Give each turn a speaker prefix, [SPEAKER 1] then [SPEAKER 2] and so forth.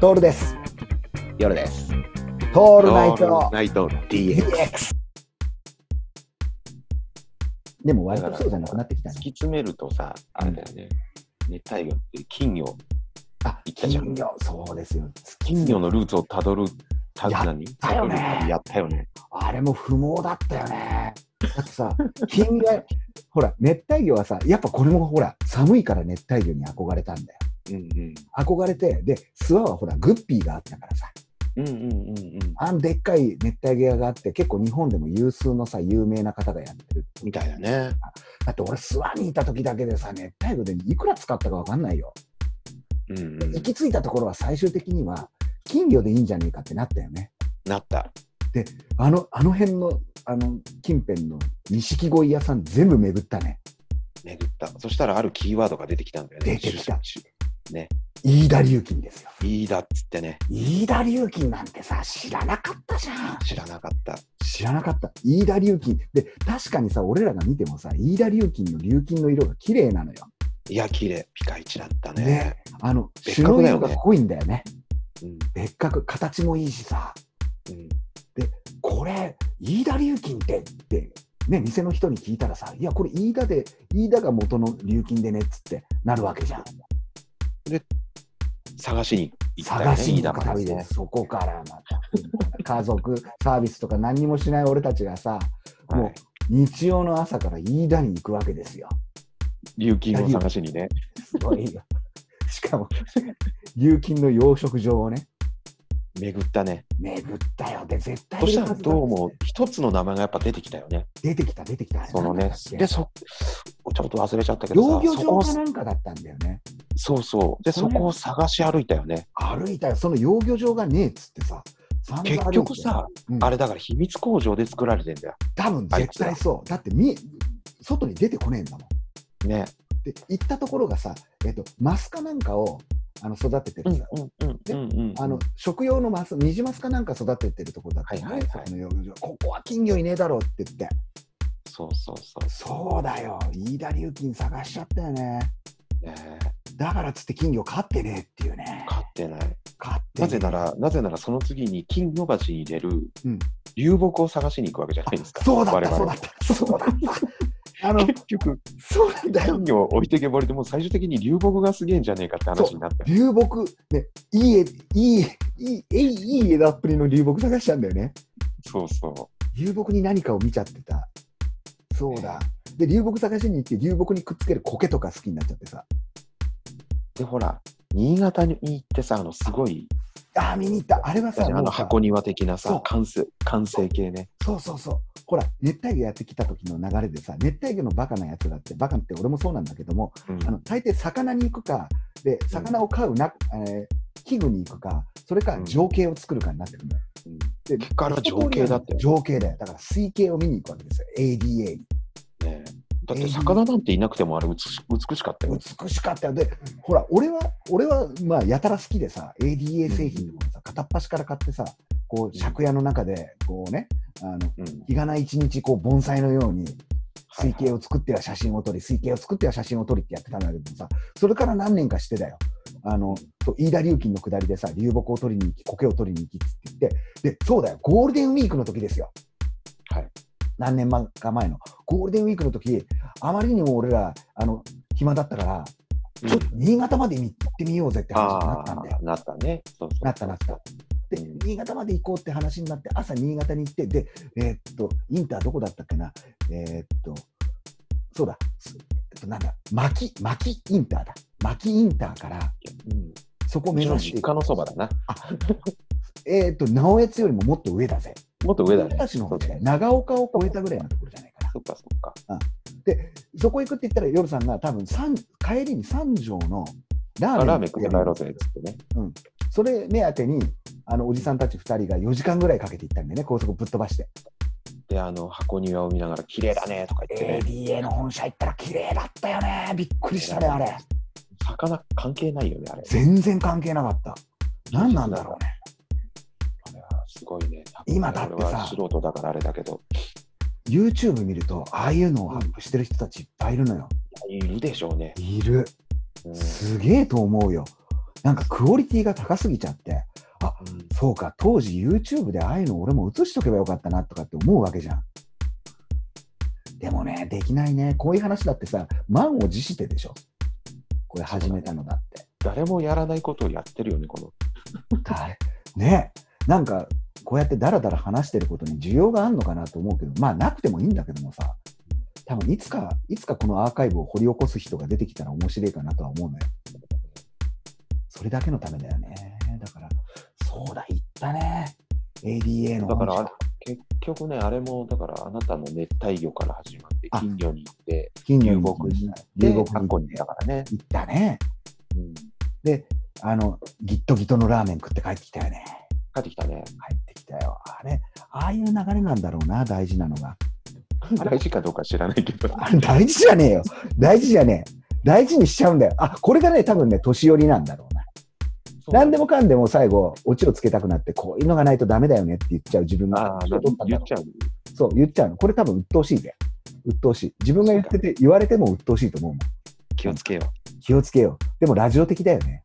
[SPEAKER 1] トールです。
[SPEAKER 2] 夜です。
[SPEAKER 1] ト
[SPEAKER 2] オ
[SPEAKER 1] ールナイト
[SPEAKER 2] ナイト DX。
[SPEAKER 1] DX。でも割とそうじゃなくなってきた
[SPEAKER 2] 突
[SPEAKER 1] ね
[SPEAKER 2] き。詰めるとさ、あれだよね。熱帯魚って金魚。
[SPEAKER 1] あ、
[SPEAKER 2] 行ったじゃん
[SPEAKER 1] 金魚、そうですよ。
[SPEAKER 2] 金魚のルーツをたどるた
[SPEAKER 1] やっ
[SPEAKER 2] 何
[SPEAKER 1] たよね
[SPEAKER 2] 辿る旅やったよね。
[SPEAKER 1] あれも不毛だったよね。だってさ、金魚、ほら、熱帯魚はさ、やっぱこれもほら、寒いから熱帯魚に憧れたんだよ。
[SPEAKER 2] うん
[SPEAKER 1] 憧れて、で、諏訪はほら、グッピーがあったからさ、
[SPEAKER 2] うん。うんうんうんうん。
[SPEAKER 1] あんでっかい熱帯魚屋があって、結構日本でも有数のさ、有名な方がやってる。
[SPEAKER 2] みたいだね。
[SPEAKER 1] だって俺、諏訪にいた時だけでさ、熱帯魚でいくら使ったかわかんないよ。
[SPEAKER 2] うんうん
[SPEAKER 1] 行。き着いたところは最終的には、金魚でいいんじゃねえかってなったよね。
[SPEAKER 2] なった。
[SPEAKER 1] あの、あの辺の、あの、近辺の錦鯉屋さん全部巡ったね。
[SPEAKER 2] 巡った。そしたらあるキーワードが出てきたんだよね。
[SPEAKER 1] 出てきた
[SPEAKER 2] し
[SPEAKER 1] 飯田流金ですよ。
[SPEAKER 2] いいだっつってね。
[SPEAKER 1] 飯田流金なんてさ、知らなかったじゃん。
[SPEAKER 2] 知らなかった。
[SPEAKER 1] 知らなかった。飯田流金。で、確かにさ、俺らが見てもさ、飯田流金の流金の色が綺麗なのよ。
[SPEAKER 2] いや、綺麗。ピカイチだったね。
[SPEAKER 1] ねあの、
[SPEAKER 2] 別
[SPEAKER 1] 種
[SPEAKER 2] 格
[SPEAKER 1] 類
[SPEAKER 2] だよね
[SPEAKER 1] が濃いんだよね。
[SPEAKER 2] うん
[SPEAKER 1] 別格、形もいいしさ、
[SPEAKER 2] うん。
[SPEAKER 1] これ、飯田流金ってって、ね、店の人に聞いたらさ、いや、これ飯田で、飯田が元の流金でねっつってなるわけじゃん。
[SPEAKER 2] 探しに行ったよ
[SPEAKER 1] 探
[SPEAKER 2] ね。
[SPEAKER 1] しに行く
[SPEAKER 2] 飯
[SPEAKER 1] 旅
[SPEAKER 2] 田
[SPEAKER 1] で
[SPEAKER 2] ま
[SPEAKER 1] す、そこからまた。家族、サービスとか何にもしない俺たちがさ、
[SPEAKER 2] で
[SPEAKER 1] も
[SPEAKER 2] ね
[SPEAKER 1] う
[SPEAKER 2] はい
[SPEAKER 1] 日曜の朝から飯田に行くわけですよ。
[SPEAKER 2] 琉球を探しにね。
[SPEAKER 1] すごいよ。 しかも、有金の養殖場をね、
[SPEAKER 2] 巡ったね。
[SPEAKER 1] 巡ったよ。で、絶対
[SPEAKER 2] そした
[SPEAKER 1] いる
[SPEAKER 2] ら
[SPEAKER 1] はずだ
[SPEAKER 2] どうも一つの名前がやっぱ出てきたよね。
[SPEAKER 1] 出てきた、出てきた。
[SPEAKER 2] そ
[SPEAKER 1] な
[SPEAKER 2] の
[SPEAKER 1] ん
[SPEAKER 2] ね
[SPEAKER 1] だっ。け
[SPEAKER 2] で、そ、ちょっと忘れちゃったけど
[SPEAKER 1] 養魚
[SPEAKER 2] さ、そこ
[SPEAKER 1] 場
[SPEAKER 2] を
[SPEAKER 1] かなんかだったんだよね。
[SPEAKER 2] そうそう。で、
[SPEAKER 1] そ
[SPEAKER 2] そ
[SPEAKER 1] れ
[SPEAKER 2] こを探し歩いたよね。
[SPEAKER 1] 歩いたよ、その養魚場がねえっつってさ、散々歩いて
[SPEAKER 2] 結局さ、
[SPEAKER 1] うん
[SPEAKER 2] あれだから秘密工場で作られてんだよ。
[SPEAKER 1] 多分絶対そう。だってみ、外に出てこねえんだもん。
[SPEAKER 2] ね。
[SPEAKER 1] で、行ったところがさ、えっと、マスかなんかをあの育ててるさ、
[SPEAKER 2] うんうん
[SPEAKER 1] あの食用のマス、ニジマスかなんか育ててるところだったよね、
[SPEAKER 2] はいはいはい
[SPEAKER 1] そこの養魚場ここは金魚いねえだろうって言って。
[SPEAKER 2] そうそうそう。
[SPEAKER 1] そうだよ、飯田流金探しちゃったよね。
[SPEAKER 2] ね
[SPEAKER 1] だからっつって金魚飼ってねえっていうね。
[SPEAKER 2] 買ってない。
[SPEAKER 1] 飼って
[SPEAKER 2] な
[SPEAKER 1] ね
[SPEAKER 2] ぜなら、なぜならその次に金魚鉢に入れる
[SPEAKER 1] うん
[SPEAKER 2] 流木を探しに行くわけじゃないですか。
[SPEAKER 1] そうだっ
[SPEAKER 2] 我
[SPEAKER 1] た、
[SPEAKER 2] 々
[SPEAKER 1] そうだった、そうだ った。あの、
[SPEAKER 2] 結局、
[SPEAKER 1] そうなんだよ
[SPEAKER 2] 金。魚を置いてけぼりでもう最終的に流木がすげえんじゃねえかって話になったよ。
[SPEAKER 1] 流木、ね、いい絵、いい、いい、えいいい枝っぷりの流木探したんだよね。
[SPEAKER 2] そうそ
[SPEAKER 1] 流木に何かを見ちゃってた。そうだ。で、流木探しに行って、流木にくっつける苔とか好きになっちゃってさ。
[SPEAKER 2] う。で、ほら、新潟に行ってさ、あの、すごい、
[SPEAKER 1] ああ、見に行った。あれはさ、
[SPEAKER 2] あ
[SPEAKER 1] も
[SPEAKER 2] の
[SPEAKER 1] うさ
[SPEAKER 2] 箱庭的な
[SPEAKER 1] そ
[SPEAKER 2] さ
[SPEAKER 1] う、
[SPEAKER 2] 完成、完成形ね。
[SPEAKER 1] そうそうそう。ほら、熱帯魚やってきた時の流れでさ、熱帯魚のバカなやつだって、バカって俺もそうなんだけども、
[SPEAKER 2] うん
[SPEAKER 1] あの大抵魚に行くか、で、魚を飼うな、えー器具に行くか、それか
[SPEAKER 2] うん
[SPEAKER 1] 情景を作るかになってくるのよ。
[SPEAKER 2] うん
[SPEAKER 1] で
[SPEAKER 2] 結果あれは情景だったよ
[SPEAKER 1] 情景だよ。だから水景を見に行くわけですよ。ADA に。
[SPEAKER 2] ね。だって魚なんていなくてもあれ美し美しかったよ。
[SPEAKER 1] 美しかったよ。で、ほら、俺は、俺は、まあ、やたら好きでさ、ADA 製品とかさ、片っ端から買ってさ、こう、借家の中で、こうね、あの、
[SPEAKER 2] うん
[SPEAKER 1] 日がない一日、こう、盆栽のように、水景を作っては写真を撮り、水景を作っては写真を撮りってやってたんだけどさ、それから何年かしてだよ。あの、そう飯田流金の下りでさ、流木を取りに行き、苔を取りに行きって言って、で、そうだよ、ゴールデンウィークの時ですよ。
[SPEAKER 2] はい。
[SPEAKER 1] 何年前か前の。ゴールデンウィークの時、あまりにも俺ら、あの、暇だったから、
[SPEAKER 2] うん
[SPEAKER 1] ちょっと新潟まで行ってみようぜって話にな
[SPEAKER 2] あ
[SPEAKER 1] ったんだよ
[SPEAKER 2] あ、。なったね。そうそう
[SPEAKER 1] なったなった。で、
[SPEAKER 2] うん
[SPEAKER 1] 新潟まで行こうって話になって、朝新潟に行って、で、えーっと、インターどこだったっけな、えーっと、そうだ、すえっと、なんだ、牧、牧インターだ。牧インターから、
[SPEAKER 2] うん
[SPEAKER 1] そこを目
[SPEAKER 2] うちの
[SPEAKER 1] 指して
[SPEAKER 2] 実、家のそばだな。
[SPEAKER 1] えーっと、直江津よりももっと上だぜ。
[SPEAKER 2] もっと上だね。
[SPEAKER 1] 私の方
[SPEAKER 2] そう
[SPEAKER 1] 近
[SPEAKER 2] だ
[SPEAKER 1] い
[SPEAKER 2] ね
[SPEAKER 1] 長岡を越えたぐらいのところじゃないかな。
[SPEAKER 2] そっかそっか。
[SPEAKER 1] そこ行くって言ったら、夜さんが多分三帰りに三条のラーメ
[SPEAKER 2] あ
[SPEAKER 1] ン
[SPEAKER 2] ラーメン食って帰ろうぜっつってね。
[SPEAKER 1] それ目当てに、あのおじさんたち2人が4時間ぐらいかけて行ったんでね、高速ぶっ飛ばして。
[SPEAKER 2] で、あの、箱庭を見ながら、綺麗だねとか言ってね。
[SPEAKER 1] ADA の本社行ったら綺麗だったよね。びっくりしたね、あれ。
[SPEAKER 2] 魚関係ないよね、あれ。
[SPEAKER 1] 全然関係なかった。何なんだろうね。
[SPEAKER 2] あれはすごいね。
[SPEAKER 1] 今だってさ
[SPEAKER 2] 俺は素人だからあれだけど、
[SPEAKER 1] YouTube 見ると、ああいうのをアップしてる人たちいっぱいいるのよ。
[SPEAKER 2] いるでしょうね。
[SPEAKER 1] いる。
[SPEAKER 2] うん
[SPEAKER 1] すげえと思うよ。なんかクオリティが高すぎちゃって、そうか、当時 YouTube でああいうの俺も映しとけばよかったなとかって思うわけじゃん。でもね、できないね。こういう話だってさ、満を持してでしょ。これ始めたのだって。
[SPEAKER 2] 誰もやらないことをやってるよね、この。
[SPEAKER 1] 誰ねなんか、こうやってだらだら話してることに需要があるのかなと思うけど、まあなくてもいいんだけどもさ、多分いつか、いつかこのアーカイブを掘り起こす人が出てきたら面白いかなとは思うのよ。それだけのためだよね。だから、そうだ、言ったね。ADA の
[SPEAKER 2] だからあ
[SPEAKER 1] 本
[SPEAKER 2] れ
[SPEAKER 1] 社、
[SPEAKER 2] 結局ね、あれも、だから、あなたの熱帯魚から始まって
[SPEAKER 1] あ、
[SPEAKER 2] 金魚に行って、
[SPEAKER 1] 金
[SPEAKER 2] 流
[SPEAKER 1] 魚に
[SPEAKER 2] 木に行って、
[SPEAKER 1] 流木に
[SPEAKER 2] あっこにだからね。
[SPEAKER 1] 行ったね。
[SPEAKER 2] うん
[SPEAKER 1] で、あの、ギットギトのラーメン食って帰ってきたよね。
[SPEAKER 2] 帰ってきたね。
[SPEAKER 1] 帰ってきたよ。あれ、ああいう流れなんだろうな、大事なのが。あれ
[SPEAKER 2] 大事かどうか知らないけど。
[SPEAKER 1] あれ大事じゃねえよ。大事じゃねえ。大事にしちゃうんだよ。あ、これがね、多分ね、年寄りなんだろうな。何でもかんでも最後、オチをつけたくなって、こういうのがないとダメだよねって言っちゃう自分
[SPEAKER 2] あ
[SPEAKER 1] が
[SPEAKER 2] あ、
[SPEAKER 1] 年を取ったんだ
[SPEAKER 2] 言っ
[SPEAKER 1] ろう
[SPEAKER 2] ちゃう。
[SPEAKER 1] そう、言っちゃうの。これ多分鬱陶しいぜ。鬱陶しい。自分が言ってて、言われても鬱陶しいと思うもん。
[SPEAKER 2] 気をつけよ
[SPEAKER 1] 気をつけよう。でもラジオ的だよね。